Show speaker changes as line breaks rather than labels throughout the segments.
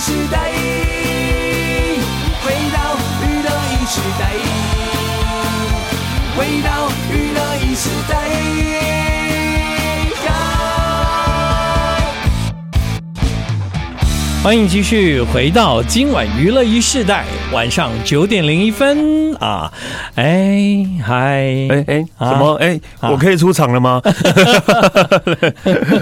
时代，回到娱乐一时代，回到娱乐一时代。
欢迎继续回到今晚娱乐一世代，晚上九点零一分啊！哎嗨，
哎哎，
啊
什么？哎，
啊
我可以出场 了吗？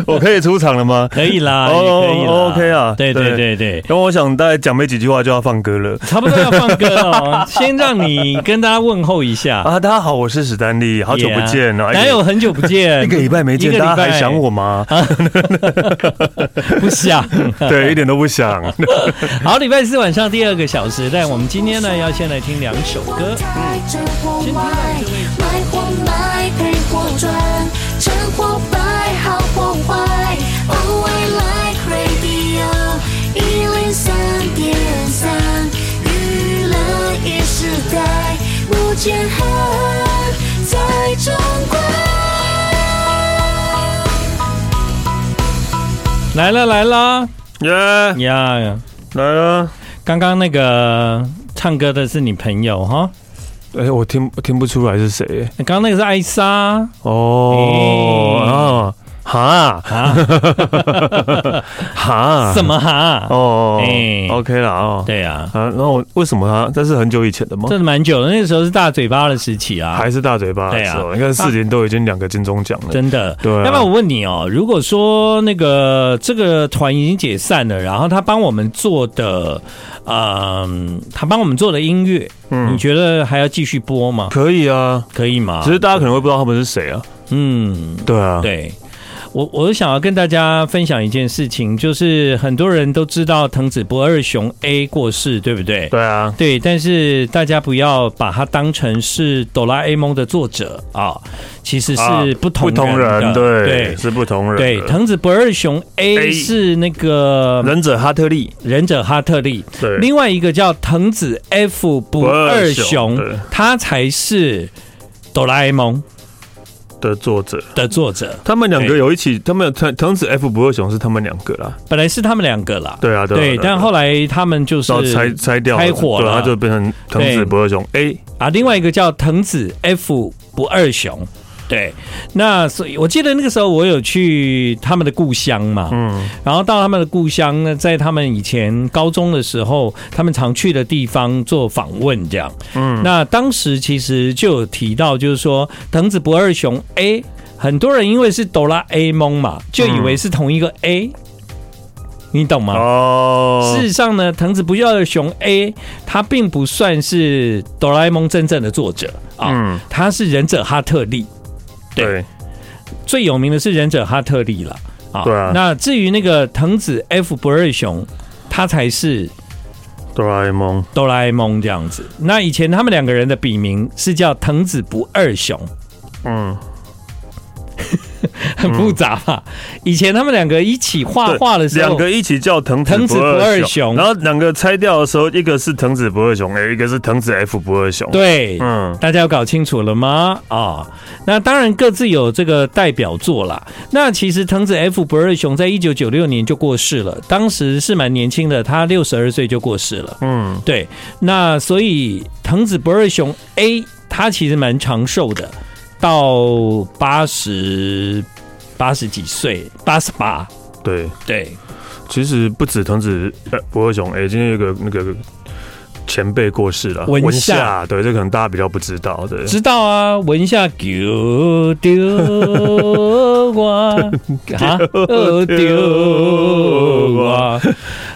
我可以出场了吗？
可以啦，
哦
也可以啦
哦，OK 啊
对对对
对
对。
然后我想大概讲没几句话就要放歌了
差不多要放歌了哦，先让你跟大家问候一下，
啊！大家好，我是史丹利，好久不见了，
Yeah
哎
哪有很久不见？
一个礼拜没
一
见，
个礼
大家还
拜啊
想我吗？
不想。
对，一点都不 想。
好，礼拜四晚上第二个小时，但我们今天呢要先来听两首歌。
抬着
先
或
听到
卖
这位，
卖或买，赔或赚，成或败，好或坏。偶尔 like radio 一零三点三，啊娱乐一时代，不见恨在中国。
来了来了
耶，
呀！
来啊了。
刚刚那个唱歌的是你朋友哈，
哎，我听我听不出来是谁
刚刚那个是艾
啊
莎
哦啊哈
啊，
哈
什么哈？
哦
哎
，OK 了哦。
对啊，
啊，那我为什么啊？这是很久以前的吗？
这蛮久了，那时候是大嘴巴的时期啊，
还是大嘴巴的时候，你看四年都已经两个金钟奖了。
真的。
对
要
啊
不然我问你哦，如果说那个这个团已经解散了，然后他帮我们做的，嗯、他帮我们做的音乐，你
嗯，
觉得还要继续播吗？
可以啊，
可以吗
只？是大家可能会不知道他们是谁啊。
嗯，
对啊，
对。我我想要跟大家分享一件事情，就是很多人都知道藤子不二雄 A 过世，对不对？
对啊，
对，但是大家不要把它当成是哆啦 A 梦的作者啊，其实
啊
是不同
不同
的
人对
对，
是不同人
对，
的
藤子不二雄 A
A
是那个
忍者哈特利，
忍者哈特利，
对，
另外一个叫藤子 F 不二雄
不二雄对，
他才是哆啦 A 梦
的作者，
的作者。
他们两个
对
有一起，他们藤藤子 F 不二雄是他们两个啦。
本来是他们两个啦，
对啊，
对，但后来他们就是
然后拆拆掉，
拆伙
对，
了
他就变成藤
对
子不二雄 A。
啊，另外一个叫藤子 F 不二雄。对，那所以我记得那个时候我有去他们的故乡嘛，
嗯，
然后到他们的故乡呢，在他们以前高中的时候，他们常去的地方做访问这样。嗯，那当时其实就有提到，就是说藤子不二雄 A，很多人因为是哆啦 A 梦嘛，就以为是同一个 A，、你懂吗？
哦，
事实上呢，藤子不二雄 A 他并不算是哆啦 A 梦真正的作者啊，
嗯，
他是忍者哈特利，对
对，
最有名的是忍者哈特利了啊。
对啊
那至于那个藤子 F 不二雄，他才是
哆啦 A 梦，
哆啦 A 梦这样子。那以前他们两个人的笔名是叫藤子不二雄，
嗯，
很复杂嘛。以前他们两个一起画画的时
两
候，
个一起叫藤
藤子
不
不二
二
雄
雄，然后两个拆掉的时候，一个是藤子不二雄哎 A，一个是藤子 F 不二雄。，
对，
嗯，
大家有搞清楚了吗？啊、那当然各自有这个代表作啦。那其实藤子 F 不二雄在一九九六年就过世了，当时是蛮年轻的，他六十二岁就过世了。
嗯，
对，那所以藤子不二雄 A 他其实蛮长寿的，到八十八十几岁，八十八。
对，
对，
其实不止藤子呃不二雄 A，今天有个那个前辈过世了，
文夏
对，这可能大家比较不知道，对，
知道啊，闻一下丢丢 瓜，啊丢瓜，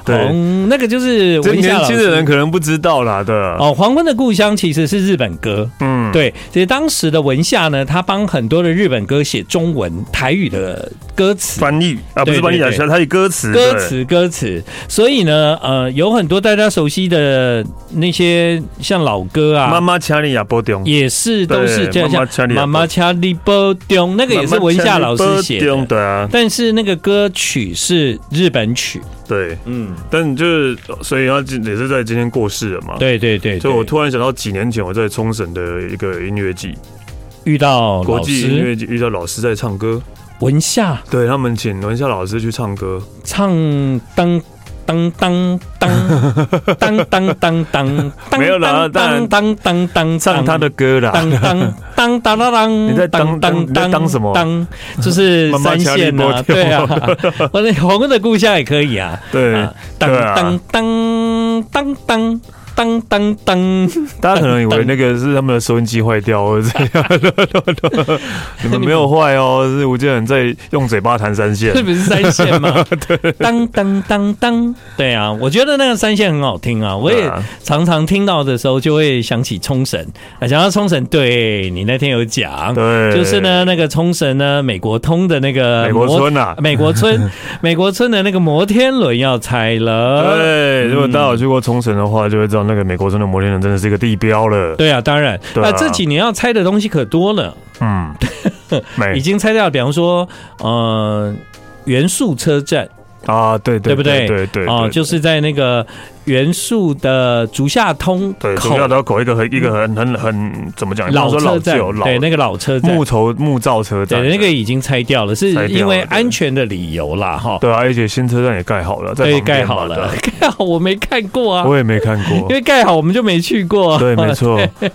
对
红那个就是
这
闻一下
年
老
轻
师
的人可能不知道啦，对，
哦，黄昏的故乡其实是日本歌，
嗯，
对，所以当时的文夏呢，他帮很多的日本歌写中文、台语的歌词。
翻译啊，不
对
是翻译啊，
对对
是它的歌词，
歌
对，
词歌词，所以呢，呃，有很多大家熟悉的那些像老歌啊，
妈妈请你亚波中，
也是都是这样，
对妈妈
像
恰利亚
妈妈恰利波丁，那个也是文夏老师写
妈妈请你保重
的，
对啊，
但是那个歌曲是日本曲，
对，
嗯，
但就是所以他今也是在今天过世了嘛，，
对对对，
所以
对
我突然想到几年前我在冲绳的一个音乐季，
遇到
国
老
际音
师
乐季遇哦到老师在唱歌，
文夏
对他们请文夏老师去唱歌，
唱当当当当 当当当当当，
没有啦当然
当当当当
唱他的歌啦。
当当当当当当，
你在当当你在当什么
当就是
妈妈
三
强力
线
波
啊，
跳
对啊， 我的红的故乡也可以啊。
对
啊，当
对啊
当，当当当当当当，
大家可能以为那个是他们的收音机坏掉或者怎 样，你们没有坏哦，是吴建衡在用嘴巴弹三线
这。 不是三线 吗？当当当当，对啊，我觉得那个三线很好听啊，我
对
也
啊
常常听到的时候就会想起冲绳啊，想到冲绳，对你那天有讲，
对，
就是，呢，那个冲绳呢，美国通的那个
美国
摩
村啊
美国村，美国村的那个摩天轮要拆了。
对，如果大家有去过冲绳的话，就会知道那个美国村的摩天轮真的是一个地标了。
对啊，当然，
对啊
那这几年要拆的东西可多了，
嗯，
已
美
经拆掉了，比方说，呃，元素车站
啊，对
对不对
对对对，
啊、就是在那个元素的竹下通
对，
口
中要岛口一个很一个很很很怎么讲，
嗯老
不能说
车
老
站
旧，老
对，那个老车站
木，头木造车站，
对，那个已经拆掉了，是
拆掉了
因为
对
安全的理由啦，哈，
对啊，而且新车站也盖好了，在
对，
旁边
盖
嘛
好了，
对啊
盖好我没看过啊，
我也没看过
因。为哦盖好我们就没去过，啊
对，没错，对，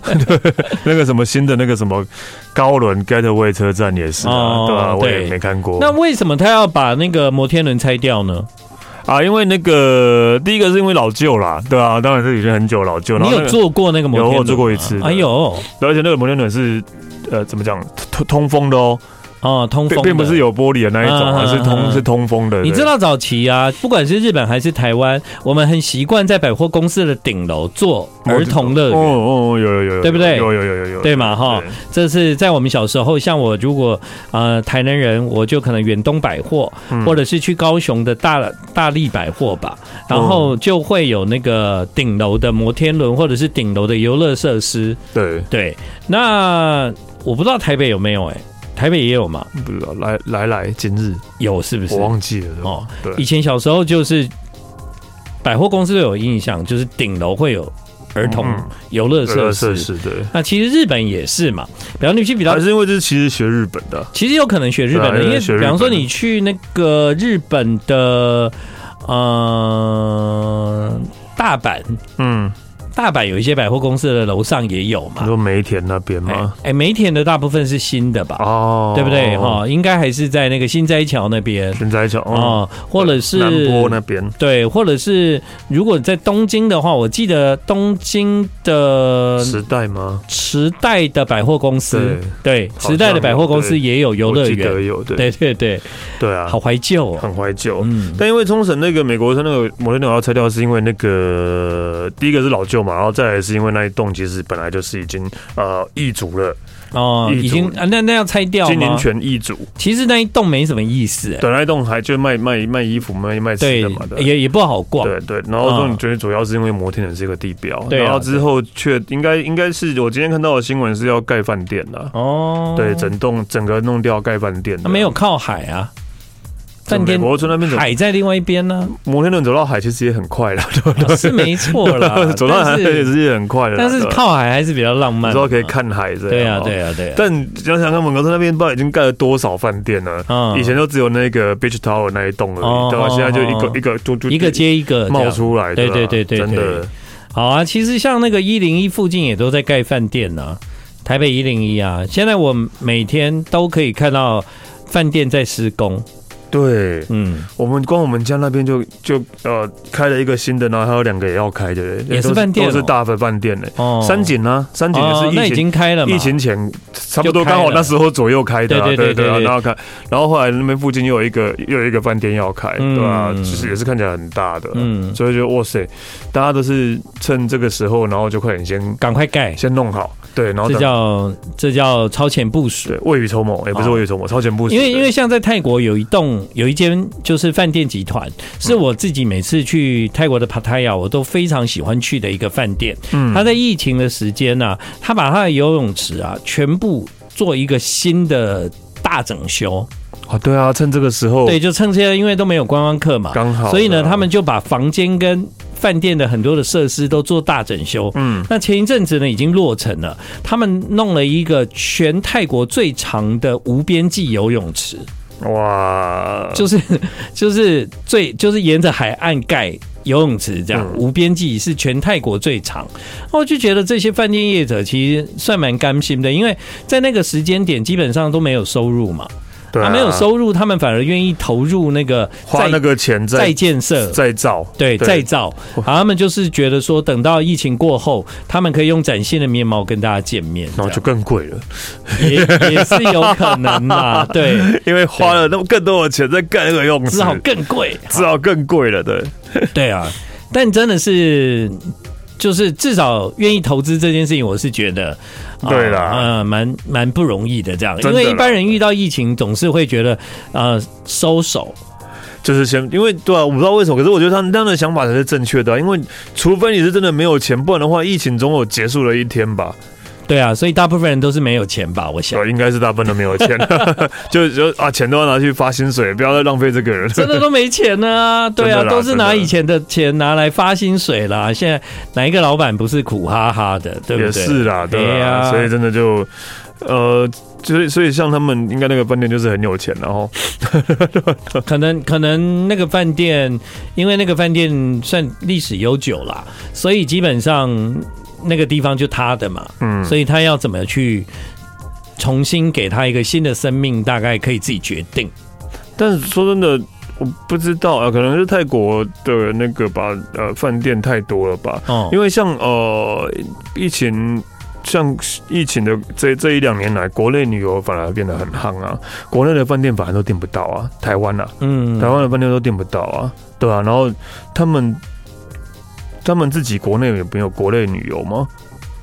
那个什么新的那个什么高轮 Getaway 车站也是
哦
啊，对啊，我也
对
没看过。
那为什么他要把那个摩天轮拆掉呢？
啊，因为那个第一个是因为老旧啦，对啊，当然是已经很久老旧。然
你
后那
有
个
坐过那个摩天轮吗？
有我坐过一次
哎呦，
对而且那个摩天轮是呃怎么讲通通风的哦，
哦，通
并
风
并不是
有。
有玻璃的那一种
嗯嗯
啊，
嗯
是
嗯
通是通风的。
你
对
知道早期啊，不管是日本还是台湾，我们很习惯在百货公司的顶楼做儿童乐园，
哦哦，哦有有有有，
对不对
有有有有有，
对哦嘛哈
对？
这是在我们小时候，像我如果呃台南人，我就可能远东百货，
嗯
或者是去高雄的大大力百货吧，然后就会有那个顶楼的摩天轮，或者是顶楼的游乐设施。
对，
对，那我不知道台北有没有哎、台北也有嘛？
不知道来来来，今日
有是不是
我？忘记了
哦
哦，
以
对，
前小时候就是百货公司都有印象，就是顶楼会有儿童
嗯
游乐设
设
施。
施对，
那其实日本也是嘛，比方你去比较
还，是因为这是其实学日本的，
其实有可能学日本的，
对啊
因为
学
比
日本
方
的
说你去那个日本的呃大阪，
嗯，
大阪有一些百货公司的楼上也有
你
嘛。
说梅田那边
哎
吗？
哎，梅田的大部分是新的吧？
哦，
哎对不对？哈、，应该还是在那个新斋桥那边
现在讲哦，
哦，或者是
南波那边，
对，或者是如果在东京的话，我记得东京的
时代吗？
时代的百货公司，对，
好像
时代的百货公司
对
也有游
我
乐
记得
园，
有，对
对对对，
对啊，
好怀旧哦，
很怀旧。
嗯，
但因为冲绳那个美国它那个摩天轮要拆掉，是因为那个第一个是老旧嘛，然后再来是因为那一栋其实本来就是已经呃易主了，
哦，
易主
已经啊，那那要拆掉
今年
吗？
全易主，
其实那一栋没什么意思，哎
本来一栋还就卖卖卖衣服卖卖吃
对
的嘛，，对。
也也不好逛，
对对，然后说
嗯
你觉得主要是因为摩天轮是一个地标，
对啊
然后之后却应该应该是我今天看到的新闻是要盖饭店啦，
哦，
对，整栋整个弄掉盖饭店的，
那没有靠海啊，
这
饭店
美国村那边走
海在另外一边呢，
摩天轮走到海其实也很快了，对 吧？，
是没错啦
走到海
但
也
是
是也很快了啦，
但是
对吧啊
靠海还是比较浪漫的嘛，
你知道可以看海这样。
对啊，
哦
对啊，对啊。
但你想想看，蒙哥村那边不知道已经盖了多少饭店了。
嗯
以前就只有那个 Beach Tower 那一栋而
哦
已，对吧？啊
哦
现在就一
哦
个一个就就
一个接一个
冒
这样。
出来，
对
吧
对对对
真
对
的
好啊，其实像那个一零一附近也都在盖饭店呢、台北一零一啊，现在我每天都可以看到饭店在施工。
对。
嗯，
我们光我们家那边就就呃开了一个新的，然后还有两个也要开的，
也是
都
饭店哦
都是大的饭店嘞。
哦
三井呢，三井
哦，那已
也是疫情
经开了嘛？
疫情前差不
就
多
开
刚好
了
那时候左右开的啊，
对对对
对
对
啊
对
然后开，然后后来那边附近又有一个又有一个饭店要开，
嗯
对吧？就是也是看起来很大的，啊
嗯
所以就哇塞，大家都是趁这个时候，然后就快点先
赶快盖，
先弄好，对，然后
这
等
叫这叫超前部署
对。未雨绸缪，也不是
哦
未雨绸缪，超前部署的，
因为因为像在泰国有一栋有一间就是饭店集团，是
嗯
我自己每次去泰国的 Pattaya 我都非常喜欢去的一个饭店。
嗯
他在疫情的时间呢、啊，他把他的游泳池啊全部做一个新的大整修。
哦，对啊，趁这个时候
对，就趁现在因为都没有观光客嘛，
刚好，
所以呢，
对啊
他们就把房间跟饭店的很多的设施都做大整修。
嗯
那前一阵子呢，已经落成了。他们弄了一个全泰国最长的无边际游泳池，
哇，
就是就是最就是沿着海岸盖游泳池这样，
嗯
无边际是全泰国最长。那我就觉得这些饭店业者其实算蛮甘心的，因为在那个时间点基本上都没有收入嘛，
对啊
没有收入，他们反而愿意投入那个
花
再
那个钱
再
再
建设。
再造，
对，再造，然后他们就是觉得说，等到疫情过后，他们可以用崭新的面貌跟大家见面，
然后就更贵了，
这样也也是有可能啦。对，
因为花了那么更多的钱在干那个泳池，
只好更贵，
只好更贵了，对，
对啊，但真的是，就是至少愿意投资这件事情，我是觉得，啊
对啦
呃，蛮蛮不容易的这样，因
真的啦
为一般人遇到疫情总是会觉得，呃，收手，
就是先，因为对啊，我不知道为什么，可是我觉得他们那样的想法才是正确的啊、因为除非你是真的没有钱，不然的话，疫情总有结束的一天吧。
对啊，所以大部分人都是没有钱吧，我想。
对，应该是大部分都没有钱，就就啊，钱都要拿去发薪水，不要再浪费这个人。
真的都没钱了啊！对啊，
真的啦
都是
真的
拿
啦
以前的钱拿来发薪水啦。现在哪一个老板不是苦哈哈的，对不对？
也是啦，对
对
啊，
啊
所以真的就，呃，所以所以像他们应该那个饭店就是很有钱，哦然后
可能可能那个饭店，因为那个饭店算历史悠久啦，所以基本上那个地方就他的嘛，
嗯，
所以他要怎么去重新给他一个新的生命，大概可以自己决定。
但是说真的。我不知道啊，可能是泰国的那个吧，呃，饭店太多了吧？
哦，
因为像呃疫情，像疫情的这这一两年来，国内旅游反而变得很夯啊，国内的饭店反而都订不到啊，台湾啊，
嗯
台湾的饭店都订不到啊，对啊，然后他们他们自己国内有没有国内旅游吗？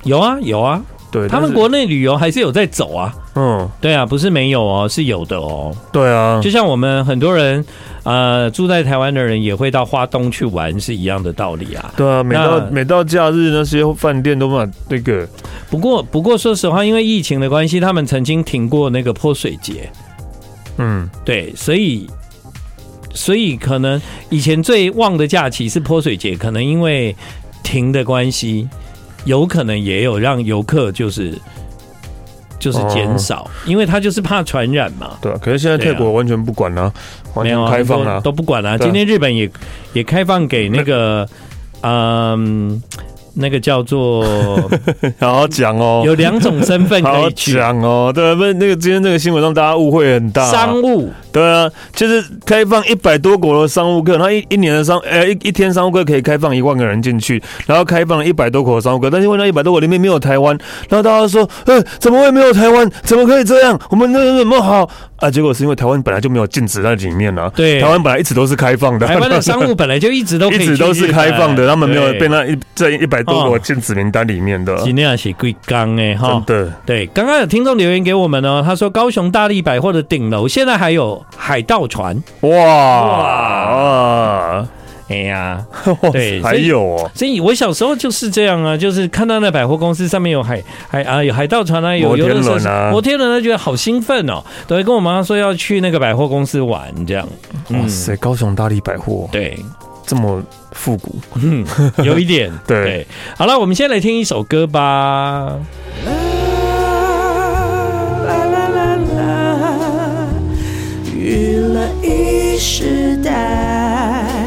有啊有啊，
对，
他
但
们
是
国内旅游还是有在走啊。
嗯，
对啊，不是没有哦，是有的哦。
对啊，
就像我们很多人，呃，住在台湾的人也会到花东去玩，是一样的道理啊。
对啊，每到
那
每到假日那些饭店都把那个
不过，不过说实话，因为疫情的关系，他们曾经停过那个泼水节，
嗯，
对，所以，所以可能以前最旺的假期是泼水节，可能因为停的关系，有可能也有让游客就是就是减
哦
少，因为他就是怕传染嘛。
对啊，可是现在
对啊
泰国完全不管啊，完
没有
全
啊
开放啊
都，都不管啊。
对啊
今天日本也也开放给那个，嗯，那个叫做
好好讲哦，
有两种身 份
好
可
好
以去，
讲哦，对啊，不是那个今天那个新闻让大家误会很大啊、
商务
对啊，就是开放一百多国的商务客，然后一一年的商，呃，一一天商务客可以开放一万个人进去，然后开放了一百多国的商务客，但是因为那一百多国里面没有台湾，然后大家说，呃，怎么会没有台湾？怎么可以这样？我们那怎么好啊？结果是因为台湾本来就没有禁止在里面啊，
对
台湾本来一直都是开放的，
台湾的商务本来就一直都可
一
以
直都是开放的，他们没有被
那
那一这一百多国
哦
禁止名单里面的，
尽量写贵纲哎哈
真。的，
对，刚刚有听众留言给我们哦，他说高雄大力百货的顶楼现在还有海盗船，
哇哇，
哎呀，对
啊 还
所以
有哦，
所以我小时候就是这样啊，就是看到那百货公司上面有海海啊，有海盗船啊，有
摩
游
天
乐设
轮
施
啊
摩天轮啊，觉得好兴奋哦，都会跟我妈说要去那个百货公司玩这样。
哇塞，高雄大力百货
对，
这么复古。
嗯，有一点
对
好了，我们先来听一首歌吧。
啦啦啦啦，娱乐一时代。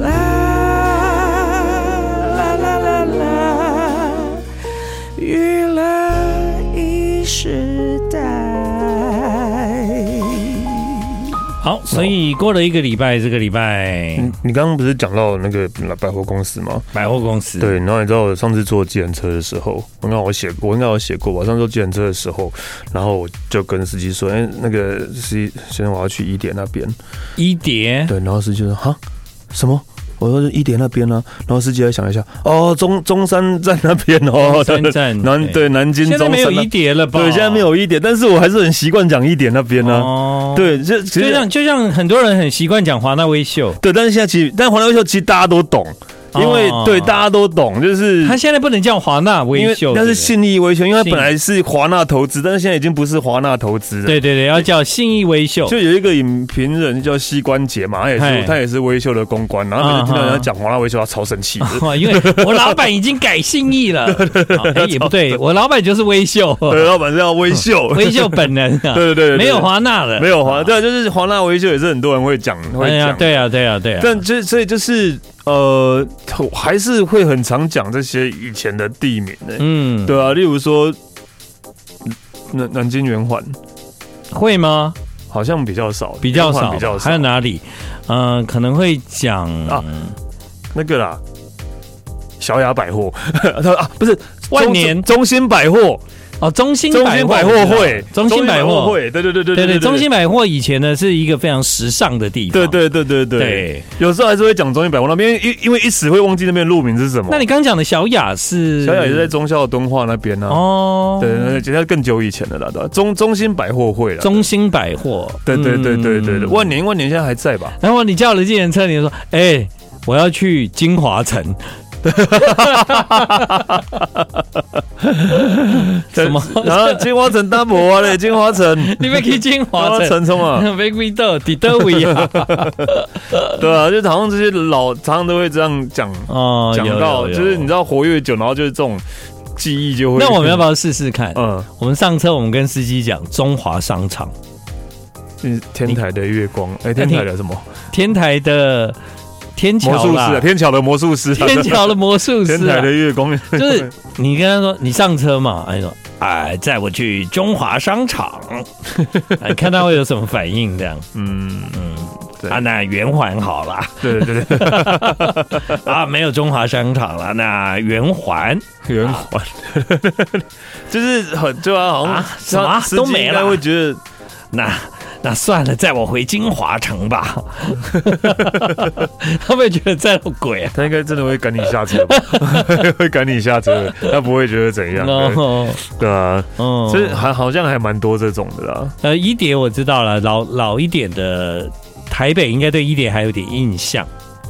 啦啦啦啦啦，娱乐一时代。
好，所以过了一个礼拜，这个礼拜
你你刚刚不是讲到那个百货公司吗？
百货公司，
对，然后你知道我上次坐计程车的时候，我应该我写我应该有写过吧，我上次坐计程车的时候，然后我就跟司机说，哎、那个司机先生我要去一点那边，
一叠，
对，然后司机就说哈什么？我说是一点那边呢、然后司机还想一下，哦，中中山站那边哦，
中山站
南对南京
现
中
在
山
没有一
那，
叠了吧？
对，现在没有一点，但是我还是很习惯讲一点那边呢、啊
哦。
对，就其
就
实
像就像很多人很习惯讲华纳微秀，
对，但是现在其实，但黄大秀其实大家都懂，因为
哦
对大家都懂，就是
他现在不能叫华纳
因
维
为
修，
那是信义维权，因为它
信义
本来是华纳投资，但是现在已经不是华纳投资了。
对对对对，要叫信义维修，
就有一个影评人叫膝关节嘛，他也
嘿
是他也是维修的公关，然后每次听到人家讲华纳维修，他超生气的。
哇因为我老板已经改信义了，哦 哎也不对，我老板就是微秀，
对，老板是要微秀，
微秀本人啊，
对对对对
没有华纳了，
没有华，对，啊就是华纳维修也是很多人会讲会
哎呀，
讲，
对呀，对呀，对啊呀，
但就所以就是呃，我还是会很常讲这些以前的地名呢、
嗯，
对啊，例如说南南京圆环
会吗？
好像比较少，
比较
圆
少，
环比较少，
还有哪里？嗯、可能会讲
啊那个啦。小雅百货， 他说啊，不是
万年
中中心百货，
哦，中心
中
百
心
货
百货会，
中心百货
会，对对对对
对对，
对，
中心百货以前呢是一个非常时尚的地方，
对对对对对
对
有时候还是会讲中心百货那边，因为因为一时会忘记那边的路名是什么。
那你刚讲的小雅是
哦小雅也是在中校敦化那边呢、啊。
哦，
对对，对，其实更久以前的了啦，对吧？中中心百货会了。
中心百货，
对对对对对对，
嗯
万年万年现在还在吧？
然后你叫了计程车，你就说：“哎、我要去金华 城。”什么？
然后金华城大伯啊嘞，金华城，
你们去金
金
华
华
城？
城冲啊，
没味道，底德维 啊！
对啊，就好像这些老常常都会这样讲，
哦，
讲
有
到
有有
就是你知道活越久，然后就是这种记忆就会。
那我们要不要试试看？
嗯，
我们上车，我们跟司机讲中华商场
嗯天台的月光，哎，天台的什么
天台的天
魔
桥
术师
啦
啊？，天桥的魔术师啊，
天桥的魔术师、啊，
天台的月光，
就是你跟他说你上车嘛，哎说哎载我去中华商 场，哎看他会有什么反应这样
嗯，对
啊？那圆环好 了
对对对，
啊，没有中华商场了，那圆环
圆环，就是很对啊，好像
啊什么
司机
都没了
应该会觉得
那那算了，载我回金华城 吧。他们觉得载到鬼啊。
他应该真的会赶你下车 吧，会赶你下车，他不会觉得怎样，
然后，
对啊，
嗯
所以还好像还蛮多这种的啦，
呃，一点我知道了，老老一点的台北应该对一点还有点印象。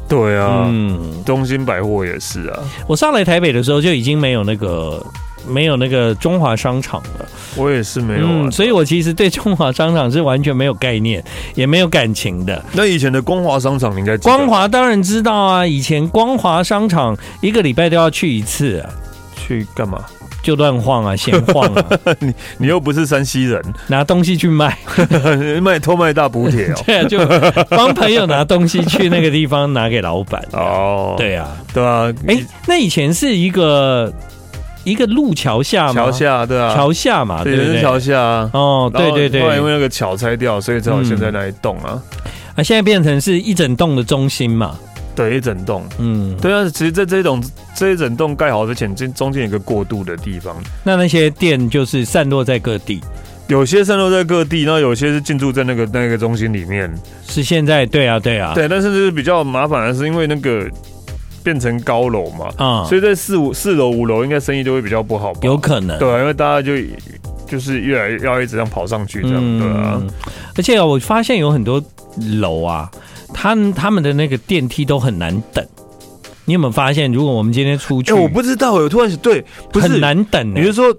对啊，
嗯，
东兴百货也是啊，
我上来台北的时候就已经没有那个没有那个中华商场了，嗯
我也是没有啊，
所以我其实对中华商场是完全没有概念，也没有感情的。
那以前的光华商场你应该记得
光华当然知道啊，以前光华商场一个礼拜都要去一次、啊，
去干嘛？
就乱晃啊，闲晃 啊，
你又不是山西人，
拿东西去卖，
卖偷卖大补铁哦。
对啊，就帮朋友拿东西去那个地方拿给老板。
哦，
对啊，
对啊，
哎、那以前是一个一个路桥下吗？
桥下对啊，
桥下嘛，对
对也
不
是
对？
桥下啊。
哦，对对嗯
然后后来因为
对，
那个桥拆掉，所以才有现在那一栋啊，
啊，现在变成是一整栋的中心嘛。
对，一整栋。
嗯，
对啊，其实在这种这一整栋盖好之前，这中间有个过渡的地方，
那那些店就是散落在各地，
有些散落在各地，那有些是进驻在那个那个中心里面。
是现在对啊对啊，
对，但是就是比较麻烦的是，因为那个变成高楼嘛，
啊、
所以在四五四楼五楼应该生意就会比较不好吧。
有可能
对啊，因为大家就就是越来越要一直这样跑上去这样，
嗯
对啊。，
而且我发现有很多楼啊，他们他们的那个电梯都很难等。你有没有发现，如果我们今天出去，
哎、我不知道，我突然想对，不是
很，难等、
你
欸
是？说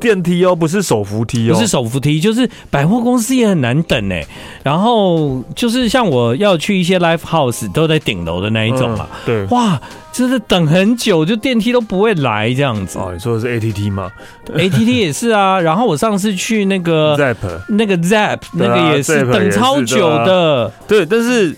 电梯哦，不是手扶梯哦，
不是手扶梯，就是百货公司也很难等哎、然后就是像我要去一些 live house 都在顶楼的那一种嘛，
嗯对。
哇，真的等很久，就电梯都不会来这样子。
哦，你说的是 ATT 吗
ATT 也是啊，然后我上次去那个
？Zap，啊
那个 Zap 那个也是
Zap
等
也是啊
超久的，
对，但是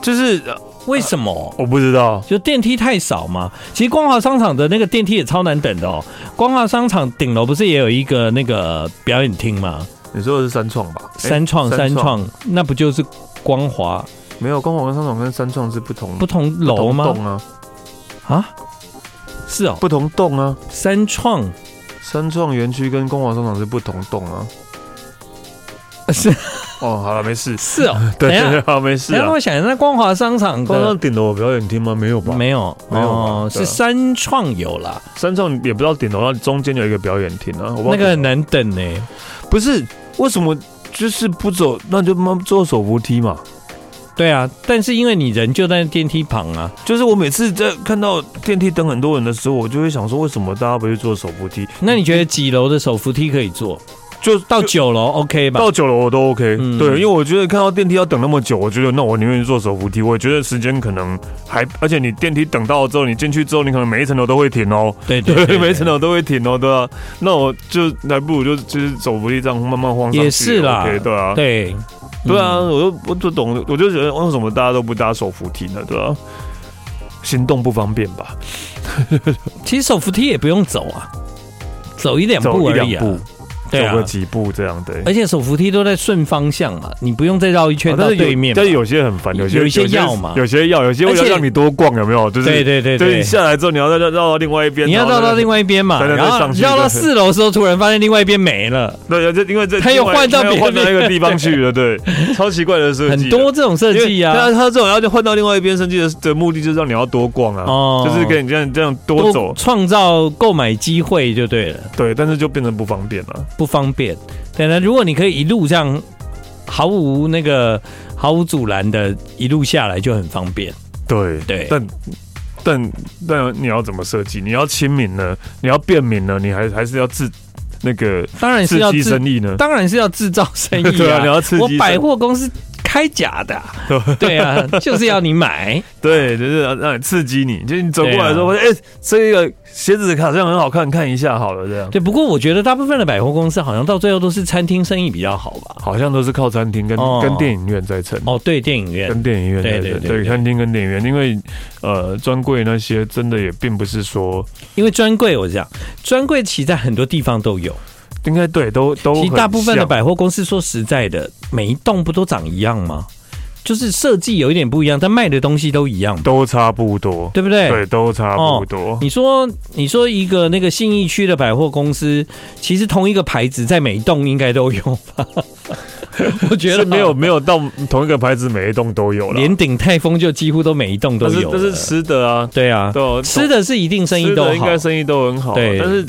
就是呃
为什么？
我不知道，
就电梯太少嘛？其实光华商场的那个电梯也超难等的哦。光华商场顶楼不是也有一个那个表演厅吗？
你说的是三创吧？哎
三创三创，那不就是光华
没有，光华商场跟三创是不同
不同
不
楼
同
吗？
栋啊，
啊，是哦，
不同栋啊，
三 创
三创园区跟光华商场是不同栋啊。
是，
哦，好了，没事
是哦。
对
等一下
对，好，没事
然
啊
后。我想，那光华商场
光华
的
商顶楼有表演厅吗？没有吧？
没有
没有吧
哦，
对
是
啊
三创有啦，
三创也不知道顶楼，那中间有一个表演厅啊。我不知道
那个很难等欸呢。
不是为什么就是不走，那就慢慢坐手扶梯嘛。
对啊，但是因为你人就在电梯旁啊，
就是我每次在看到电梯等很多人的时候，我就会想说，为什么大家不去坐手扶梯？
那你觉得几楼的手扶梯可以坐？
就
到
就
九楼 OK 吧？
到九楼我都 OK，、
嗯
对，因为我觉得看到电梯要等那么久，我觉得那我宁愿去坐手扶梯。我觉得时间可能还，而且你电梯等到之后，你进去之后，你可能每一层楼都会停哦，
对对
对
对，
每一层楼都会停哦，对啊。那我就还不如就就是手扶梯这样慢慢晃上去
也是啦
OK，对啊，
对
对啊，我就我就懂，我就觉得为什么大家都不搭手扶梯呢？对啊，行动不方便吧？
其实手扶梯也不用走啊，走一两步
走一
而
两
已啊，
步，
对
走
啊。
个几步这样，对。
而且手扶梯都在顺方向嘛，你不用再绕一圈
啊
到
但是有
对面嘛。
但是有些很烦，有些
有一些要嘛
有些要，有些为
而
了
且
让你多逛，有没有？就是
对对对
就是
对
你，下来之后，你要再绕到另外一边，
你要绕到另
外，
外一边嘛，
对对对
然后
上去
绕到
对
四楼的时候，突然发现另外一边没了，
对，就因为这
他又
另外
换到
他
别
又
的
换到那个地方去了，对， 超奇怪的设计，
很
啊
多这种设
因为
计啊
对。他这种要换到另外一边设计的的目的就是让你要多逛啊，
哦
就是给你这样这样多走，
创造购买机会就对了，
对，但是就变成不方便了。
不方便。对那如果你可以一路上毫无那个毫无阻拦的，一路下来就很方便。
对
对
但但但你要怎么设计？你要亲民呢？你要便民呢？你还还是要自那个
当然是
刺
要
激
自，
生意呢？
当然是要制造生意
对啊你要刺激
我百货公司开假的 啊、对啊，就是要你买。
对，就是让让你刺激你，就是你走过来的时候，
对啊
哎、这个鞋子好像很好看，看一下好了，这样。
对，不过我觉得大部分的百货公司好像到最后都是餐厅生意比较好吧。
好像都是靠餐厅跟、
哦
跟电影院在撑。
哦，对，电影院。
跟电影院在
对
撑，
对对对
餐厅跟电影院，因为呃，专柜那些真的也并不是说，
因为专柜，我讲专柜其实在很多地方都有，
应该对，都都
其实大
很
部分的
像
百货公司，说实在的，每一栋不都长一样吗？就是设计有一点不一样，但卖的东西都一样嘛，
都差不多，
对不对？哦
对，都差不多，
你说，你说一个那个信义区的百货公司，其实同一个牌子在每一栋应该都有吧？ 我觉
是
得
没有没有到同一个牌子每一栋都有了，
连顶泰丰就几乎都每一栋都
但是
有了。
但是吃的啊，
对啊，
对啊，
吃的是一定生意都
吃的应
好
该，生意都很好啊，
对
但是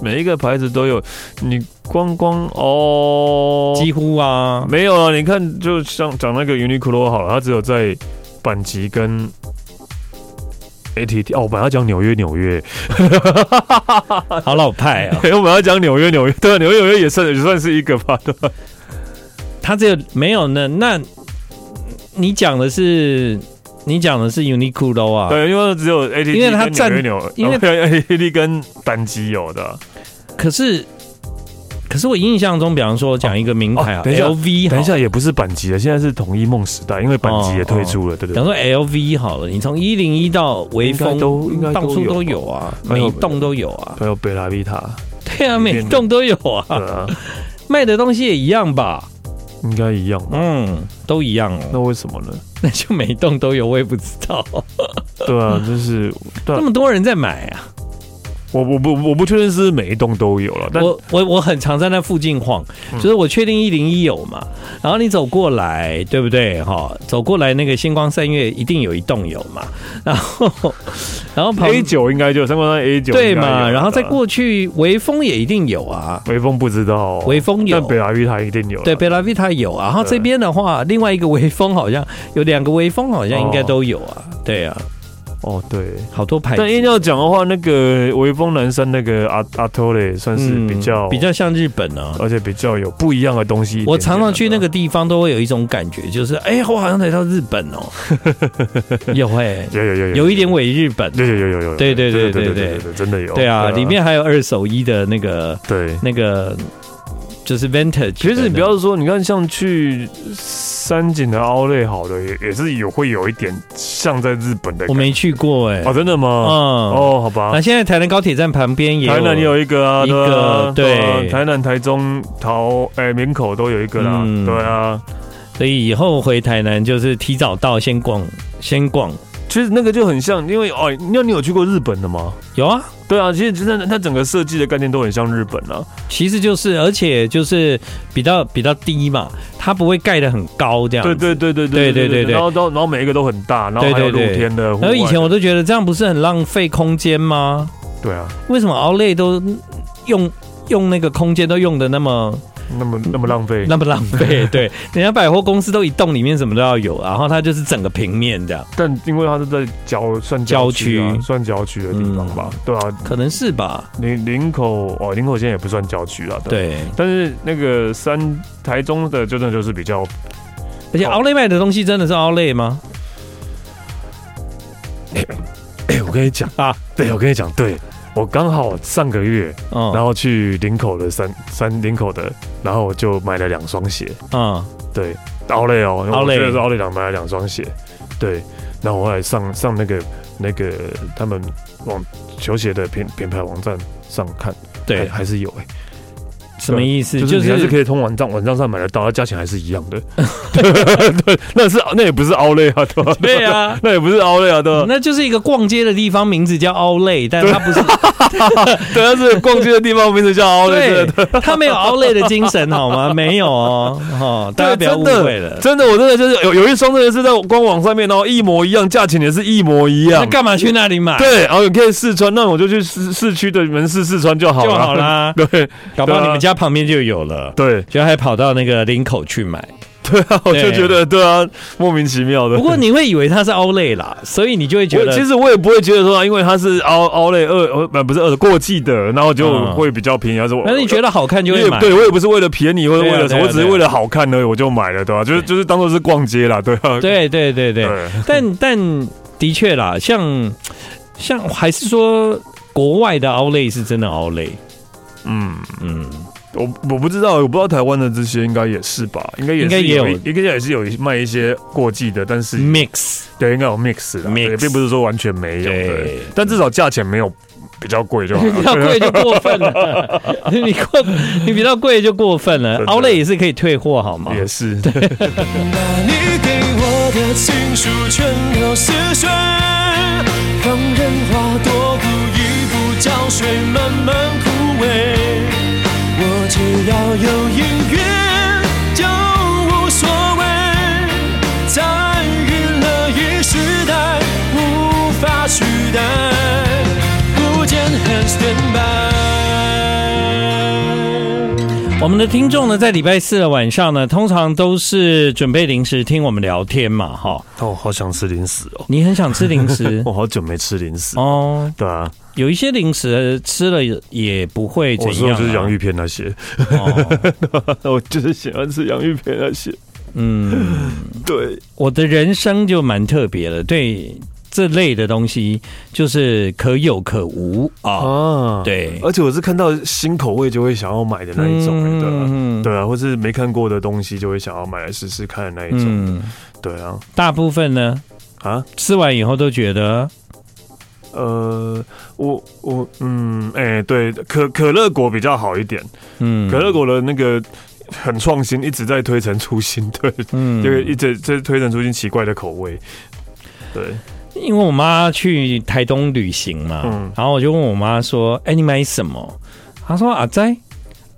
每一个牌子都有，你光光哦，
几乎啊，
没有啊，你看就像讲那个 Uniqlo 好了，它只有在板崎跟 ATT 哦，我本来要讲纽约纽约，
好老派啊。
我本来要讲纽约纽约，对啊，纽约纽约也算也算是一个吧，对吧？
他这个没有呢？那你讲的是你讲的是 Uniqlo 啊？
对，因为只有 ATT
因为它占
跟纽约哦纽，
因为
ATT 跟板崎有的啊。
可是，可是我印象中，比方说讲一个名牌啊、
哦等一下
l v
等一下，也不是板崎啊了，现在是统一梦时代，因为板崎也退出了，对不
比方
对？
说 LV 好了，你从一零一到微
应
风
该都应该都
到处
有
都有啊，
哎
每
呦
一栋都有啊，
还有贝拉维塔，
对啊，每一栋都有
对
啊，
啊，
卖的东西也一样吧，
应该一样吧？
嗯，都一样
那
哦，
为什么呢？
那就每一栋都有，我也不知道，
对啊，就是对啊
那么多人在买啊，
我我不我不确定是不是每一栋都有了，但
我我我很常在那附近晃，
嗯
就是我确定一零一有嘛，然后你走过来，对不对？哈，走过来那个星光三月一定有一栋有嘛，然后然后旁
A 九应哎该就有三观山 A 九
对嘛，然后再过去微风也一定有啊，
微风不知道哦，
微风有
但北拉玉塔一定有啦，
对，贝拉维塔有啊，然后
对
这边的话，另外一个微风好像有两个微风，好像应该都有啊，对啊，
哦对。
好多牌子
但硬要讲的话，那个微风南山那个阿阿托雷算是比较、
嗯比，较像日本啊。
而且比较有不一样的东西一点点啊。
我常常去那个地方，都会有一种感觉，就是哎、我好像来到日本哦、 有哎、
有有有有
有一点伪日本。
有有有有有，
对对对
对
对
对对，真的有。
对啊，里面还有二手衣的那个
对。
那个，就是 vintage。
其实你不，要说，你看像去山景的奥莱，好的也也是有会有一点像在日本的感觉。
我没去过哎、
哦，真的
嗯，
吗？
哦，
哦，好吧
那。现在台南高铁站旁边也有，
台南也有一个啊，
一个
对啊
对
啊台南、台中、桃哎、门口都有一个啦，
嗯
对啊。
所以以后回台南就是提早到，先逛，先逛。
其实那个就很像，因为哦，那你有去过日本的吗？
有啊，
对啊，其实真的，它整个设计的概念都很像日本啊。
其实就是，而且就是比较比较低嘛，它不会盖得很高这样。
对对对对
对对对对
然后到然后每一个都很大，然后
对
还有
对
露
对
天的。户
然后以
外
前我都觉得这样不是很浪费空间吗？
对啊，
为什么奥莱都用用那个空间都用的那么
那么那么浪费。
那么浪 费。对，人家百货公司都一栋里面什么都要有，啊然后它就是整个平面这样，
但因为它是在郊算啊
郊区嗯
算郊区的地方吧，对啊，
可能是吧？
林林口哦，林口现在也不算郊区了，啊。
对，
但是那个三台中的就真的就是比较
而且
哦
奥莱卖的东西真的是奥莱吗？
哎、我跟你讲
啊，
对，我跟你讲，对我刚好上个月，
嗯，
然后去林口的三三林口的，然后我就买了两双鞋，
嗯，
对，奥莱哦，
奥莱
我觉得是奥莱两买了两双鞋，对，然后我后来上上那个那个他们网球鞋的品品牌网站上看，还
对，
还是有哎、
什么意思？
就是
就
你还是
是
可以从网站网站上买得到，它价钱还是一样的，对，那是那也不是奥莱啊，对吧？
对啊。
那也不是奥莱啊，对吧？
那就是一个逛街的地方，名字叫奥莱，但它不是
对，它是逛街的地方，名字叫奥莱，对
对， 它没有奥莱的精神，好吗？没有哦，哦，大家不要误会了。
真的，我真的就是有有一双真的是在官网上面，然后一模一样，价钱也是一模一
那
样。
干嘛去那里买？
对，然后你可以试穿，那我就去市市区的门市试穿就好了。，
就好。啦
对
搞不好
对啊
你们家旁边就有了。
对
就还跑到那个林口去买，
对啊，我就
对
觉得对啊，莫名其妙的。
不过你会以为它是奥莱啦，所以你就会觉
我
得
其实我也不会觉得说，因为它是奥奥莱二呃呃不是二的过季的，然后就
嗯
会比较便宜。还是我
但是你觉得好看就
因
会
为
买，
对我也不是为了便宜或者
对
为
啊
了什
对
么，
啊
我只是
对啊
为了好看而已，我就买了，对吧、就是就是当做是逛街啦，对啊。
对对对对。
对
但但的确啦，像像还是说国外的奥莱是真的奥莱，
嗯。
嗯，
我我不知道，我不知道台湾的这些应该也是吧，应该也
应该
是
也有
一应该也是有卖一些过季的，但是
mix
对应该有 mix 的，
Mix
对并不是说完全没有，
对
对，但至少价钱没有比较贵就好
比 较
了。
贵就过分了， 你过你比较贵就过分了
真，的
奥莱也是可以退货好吗？
也是，对，
把你给我的情书全都撕碎，让人花朵苦一步浇水，慢慢枯萎。我只要有音乐就无所谓，参与了一时代，无法取代，不见很 stand by。
我们的听众呢，在礼拜四的晚上呢，通常都是准备零食听我们聊天嘛，哈。
哦，好想吃零食哦，
你很想吃零 食
我好久没吃零食，
哦，
对啊，
有一些零食吃了也不会怎
我
样、
说
啊。
就是洋芋片那些，
哦，
我就是喜欢吃洋芋片那些，
嗯，
对，
我的人生就蛮特别的，对这类的东西就是可有可无啊。
啊，
对，
而且我是看到新口味就会想要买的那一种，对啊，
嗯
对啊，或是没看过的东西就会想要买来试试看的那一种，
嗯，
对啊，
大部分呢
啊。
吃完以后都觉得
呃，我我嗯，哎、对，可可乐果比较好一点，
嗯
可乐果的那个很创新，一直在推陈出新， 对，
嗯
这个、一直在推陈出新奇怪的口味，对，
因为我妈去台东旅行嘛，
嗯
然后我就问我妈说：“哎、你买什么？”她说：“阿仔，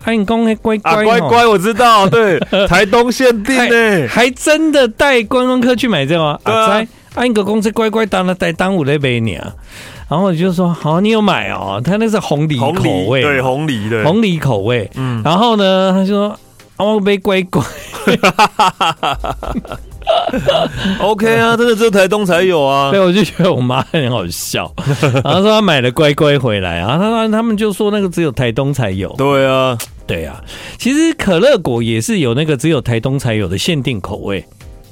阿公公那乖乖、哦
啊，乖乖，，我知道， 对，台东限定呢，
还真的带观光客去买这个吗？”
对啊
阿仔，阿公公这乖乖当了带当五的杯你啊。然后我就说：“好，你有买哦？他那是红梨
红
口
梨，
味，
对，红梨的，
红梨口味。
嗯
然后呢，他就说：“啊，我杯乖乖。”
，OK 啊，真的只有台东才有啊
嗯对，，我就觉得我妈很好笑。然后说她买了乖乖回来，然后她说他们就说那个只有台东才有。
对啊，
对啊，其实可乐果也是有那个只有台东才有的限定口味。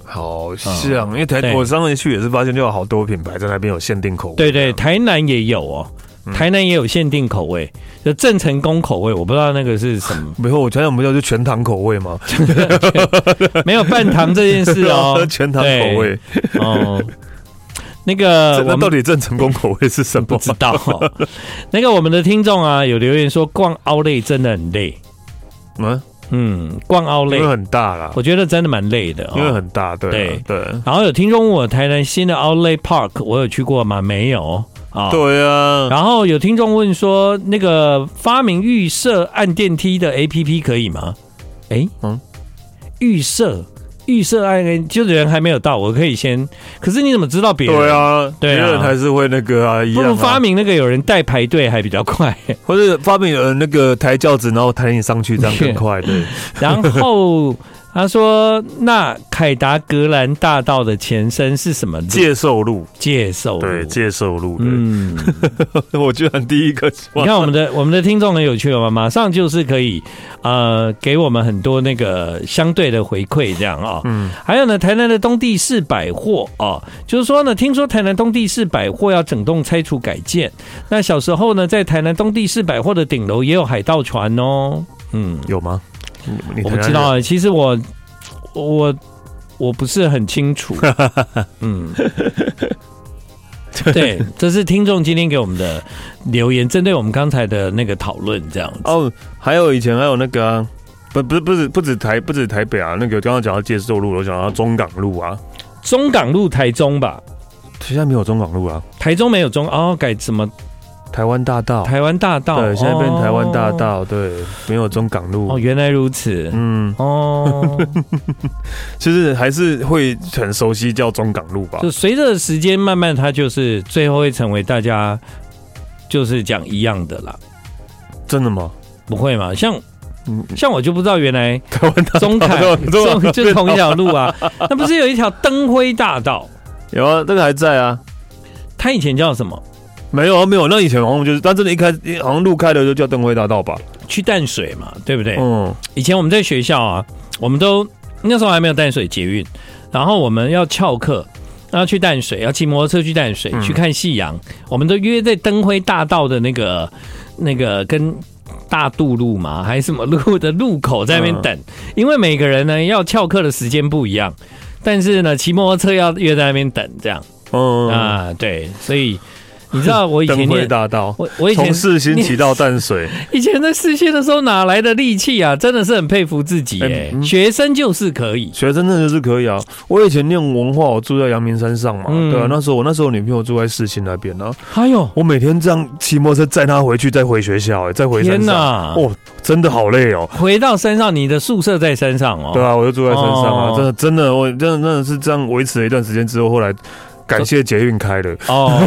好像、因为台
对
我上回去也是发现，就有好多品牌在那边有限定口味，，
对对，台南也有哦，台南也有限定口味，就郑成功口味，我不知道那个是什么
没有，我想想，不就全糖口味吗？，
没有半糖这件事哦
全糖口味。
对哦。那个呃
这
我
那到
们
底郑成功口味是什么
不？知道哦、那个我们的听众啊有留言说逛奥莱真的很累，
嗯，
嗯，逛奥
因
莱
为很大啦，
我觉得真的蛮累的、哦，
因为很大，对
对
啊对
然后有听众问我台南新的 Outlet Park 我有去过吗？没有啊。。
对啊，
然后有听众问说，那个发明预设按电梯的 A P P 可以吗？哎，
嗯
嗯，预设预设 ING 就人还没有到，我可以先。可是你怎么知道别人？
对，啊，别
对啊
人还是会那个啊，一
不
样
如
啊
发，明那个有人代排队还比较快。
或者发明有人那个抬轿子，然后抬你上去，这样更快。
嗯
对，
然后他说，那凯达格兰大道的前身是什么路？
介寿路，
介寿路
对，介寿路，对，
哦嗯，
我居然第一个
你看我们的我们的听众很有趣了吗？马上就是可以呃给我们很多那个相对的回馈，这样啊、嗯，还有呢，台南的东地市百货哦，就是说呢，听说台南东地市百货要整栋拆除改建。那小时候呢，在台南东地市百货的顶楼也有海盗船哦。嗯，
有吗？你你
我不
抬哪
知
里
道啊，其实我我我不是很清 楚。嗯，对，这是听众今天给我们的留言，针对我们刚才的那个讨论，这样子。
哦，还有以前还有那个、啊，不不不止不止台不止台北啊，那个刚刚讲到介寿路，我讲到中港路啊，
中港路台中吧，
现在没有中港路啊，
台中没有中哦，改什么
台湾大道，
台湾大道？
对，现在变
哦
台湾大。道，对，没有中港路，
哦，原来如此。
嗯，
哦，
就是还是会很熟悉叫中港路吧，
就随着时间慢慢，它就是最后会成为大家就是讲一样的啦，
真的吗？
不会嘛？像
嗯
像我就不知道原来
台湾大
中凯
道 中
中
港路
就同一条路 啊，那不是有一条灯辉大道？
有啊，这个还在啊。
它以前叫什么？
没有啊，没有。那以前好像就是，但真的一开始好像路开了就叫灯辉大道吧。
去淡水嘛，对不对？
嗯，
以前我们在学校啊，我们都那时候还没有淡水捷运，然后我们要翘课，然后去淡水，要骑摩托车去淡水、
嗯
去看夕阳，我们都约在灯辉大道的那个那个跟。大渡路嘛，还是什么路的路口在那边
嗯
等，因为每个人呢要翘课的时间不一样，但是呢骑摩托车要约在那边等这样。
嗯，
啊，对，所以你知道我以前
灯辉
念
大道，
我我以前
从市新起到淡水，
以前在试训的时候哪来的力气啊？真的是很佩服自己耶、
嗯
学生就是可以，
学生真的是可以啊！我以前念文化，我住在阳明山上嘛，
嗯
对啊，那时候我那时候女朋友住在世新那边啊，
哎呦，
我每天这样骑摩托车载她回去，再回学校、哎，再回山
天
上，
哪！
哦，真的好累哦。
回到山上，你的宿舍在山上哦。
对啊，我就住在山上啊，
哦
真的真的，我真的真的是这样维持了一段时间之后，后来感谢捷运开了，
哦，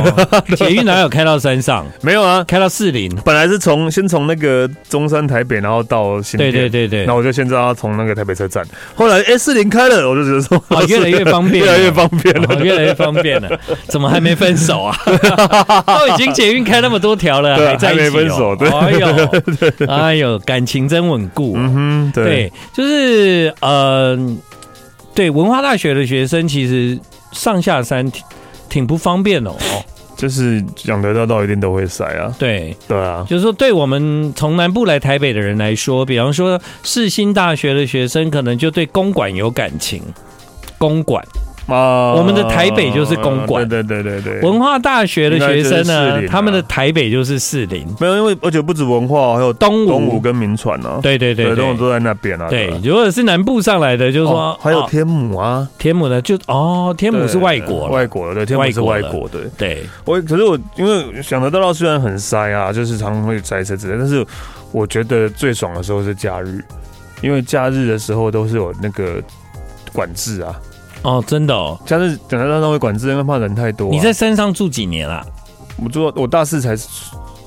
捷运哪有开到山上？
没有啊，
开到士林。
本来是从先从那个中山台北，然后到新
对
店，
对对对
那，我就先知道要从那个台北车站，后来哎四零开了，我就觉得说、
哦越来越方便
越来越方便了，
哦越来越方便了。怎么还没分手 啊？都已经捷运开那么多条了，
对啊
还在一起、哦、
还没分手对
哎 呦，哎呦，感情真稳固啊、
嗯哼，对
对，就是呃，对文化大学的学生，其实上下山挺挺不方便的 哦。
就是养得到到一定都会塞啊，
对，
对啊，
就是说，对我们从南部来台北的人来说，比方说世新大学的学生，可能就对公馆有感情。公馆，
啊，
我们的台北就是公馆
对对对对对，
文化大学的学生
应该就是士
呢，
林啊
他们的台北就是士林、
没有，因为而且不止文化，还有
东
东东武
吴，
跟民传啊，
对对对
东
对
武都在那边啊，
对
啊。
如果是南部上来的，就是说
哦还有
哦
天母啊，
天母呢，就哦，天母是
对
外国了，
外国的对，天母是
外
外
国的
国对。
对，
我可是我因为想得到，虽然很塞啊，就是常常会塞车之类，但是我觉得最爽的时候是假日，因为假日的时候都是有那个管制啊，
哦，真的哦。
假日等到上会管制，因为怕人太多、啊。
你在山上住几年啦、啊
我住到我大四才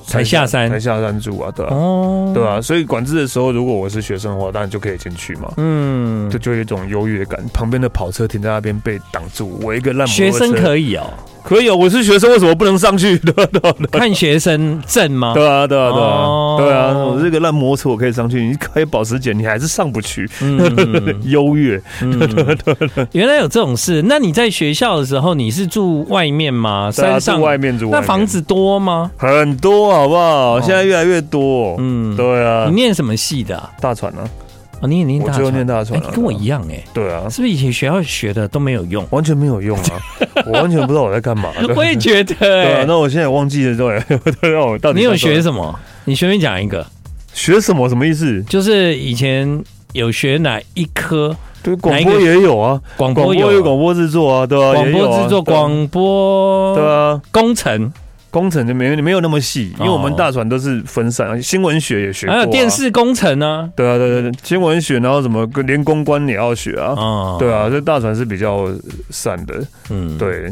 才下山
才下山住啊，对啊，
哦，
对，啊，所以管制的时候，如果我是学生的话，当然就可以进去嘛。
嗯
就，就有一种优越感，旁边的跑车停在那边被挡住，我一个烂摩托
学生
车
可以哦，
可以啊，我是学生，为什么不能上去？对啊对啊对啊
看学生证吗？
对啊，对啊，对
哦
啊，对啊！我这个烂摩托车我可以上去，你开保时捷你还是上不去，
嗯，
优越。
嗯嗯原来有这种事。那你在学校的时候，你是住外面吗？
对啊
山上
住外面住外
那
面，
房子多吗？
很多，好不好？现在越来越多。
嗯，
对啊
你，念什么系的啊？
大船啊，
哦你也念大
我
传，
就念大船啊
哎跟我一样哎，
对啊，？
是不是以前学校学的都没有用
完全没有用 啊，我完全不知道我在干嘛。
我也觉得
对啊，
哎。
那我现在也忘记了，对， 对啊，我到底
你有
在做
学什么？你随便讲一个，
学什么？什么意思？
就是以前有学哪一科？
对，广
哪一个
播也有啊，
广
广
播有
播有广播制作啊，对啊，
广哦
也有啊
播制作、
对啊
广播
对啊，
工程，
工程就没有没有那么细，因为我们
哦
大船都是分散，新闻学也学过、
还
啊，
有电。视工程呢、
对啊，对对对，新闻学，然后什么连公关也要学啊
啊，，哦
对啊，这大船是比较散的，
嗯，
对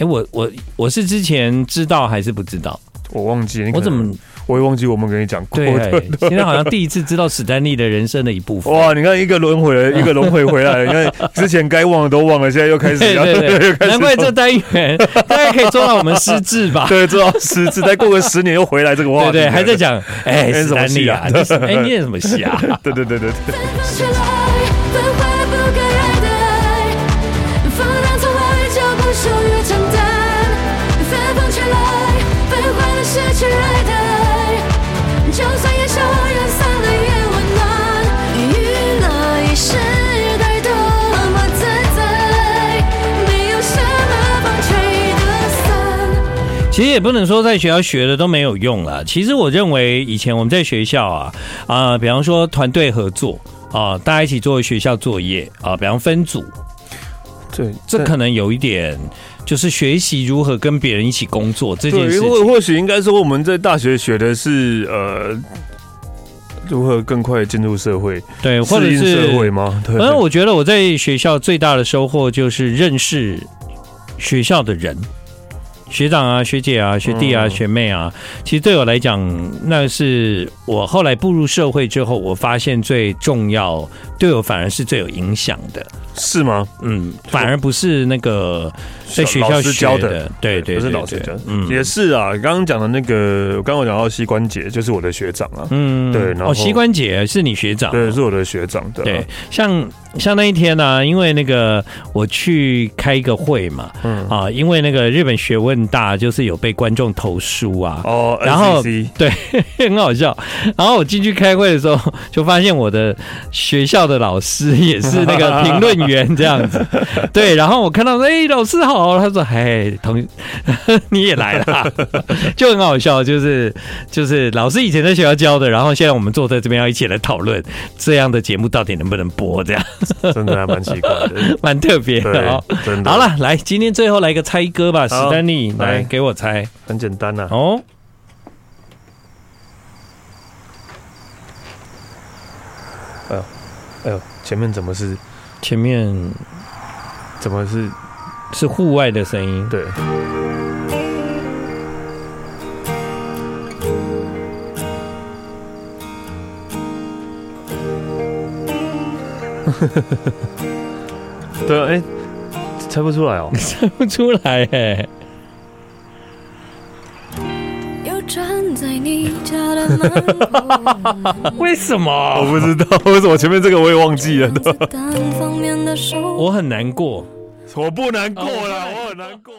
哎，我我我是之前知道还是不知道？
我忘记，你可
我
能
怎么
我也忘记我们跟你讲过，
对哎现在好像第一次知道史丹利的人生的一部分。
哇，你看一个轮回 了，一个轮回回来了，你看之前该忘的都忘了，现在又开 始
对
要，
对
又开
对，
始
难怪这单 元大家可以做到我们失智吧？
对做到十次，再过个十年又回来这个话
对
题，
对，还在，讲哎，
演
史
什么
丹利啊，
戏啊
你是哎，你演什么戏啊？
对对对对对，
奔放起来，奔怀不该爱的爱，放荡从来就不属于承担。奔放起来，奔怀的失去爱的爱，就算烟消云散了也温暖。娱乐一时代多么自在，没有什么风吹得散。
其实也不能说在学校学的都没有用啦。其实我认为以前我们在学校啊，啊、比方说团队合作啊、大家一起做学校作业啊、比方分组，
对，
这可能有一点就是学习如何跟别人一起工作这件
对，
事情。
或或许应该说我们在大学学的是呃，如何更快进入社会，
对，呃或者
适应社会
是，
吗？对，
反嗯正我觉得我在学校最大的收获就是认识学校的人。学长啊、学姐啊、学弟啊、
嗯
学妹啊，其实对我来讲，那是我后来步入社会之后，我发现最重要，对我反而是最有影响的。
是吗？
嗯，反而不是那个在学校
啊老师
学
教的，
的，对对，
不是
对
老师
对
教的，
嗯
也是啊。刚刚讲的那个，我刚刚讲到膝关节，就是我的学长啊，
嗯，
对然后
哦，膝关节是你学长，
对，是我的学长，对啊
对，，像像那一天呢、因为那个我去开一个会嘛，
嗯，
啊，因为那个日本学问大，就是有被观众投诉啊，
哦，
然后
NCC
很好笑。然后我进去开会的时候，就发现我的学校的老师也是那个评论员这样子，对。然后我看到，哎、老师好，他说，哎，同 你也来啦， 就很好笑，就是就是老师以前在学校教的，然后现在我们坐在这边要一起来讨论这样的节目到底能不能播，这样
真的还蛮奇怪 的，
蛮特别的哦。
对，真的。
好，了，来，今天最后来个猜歌吧，史
好
丹利，来
来
给我猜
很简单啊呐。
哦。
哎呦，前面怎么是
前面
怎么是
是户外的声音，
对？ 对啊，哎、猜不出来哦。
猜不出来哎。
又站在你家的门口。
为什
我
么？
不知道为什么前面这个我也忘 记了
单方面的手
我很难过。
哦我不难过啦，我很难过。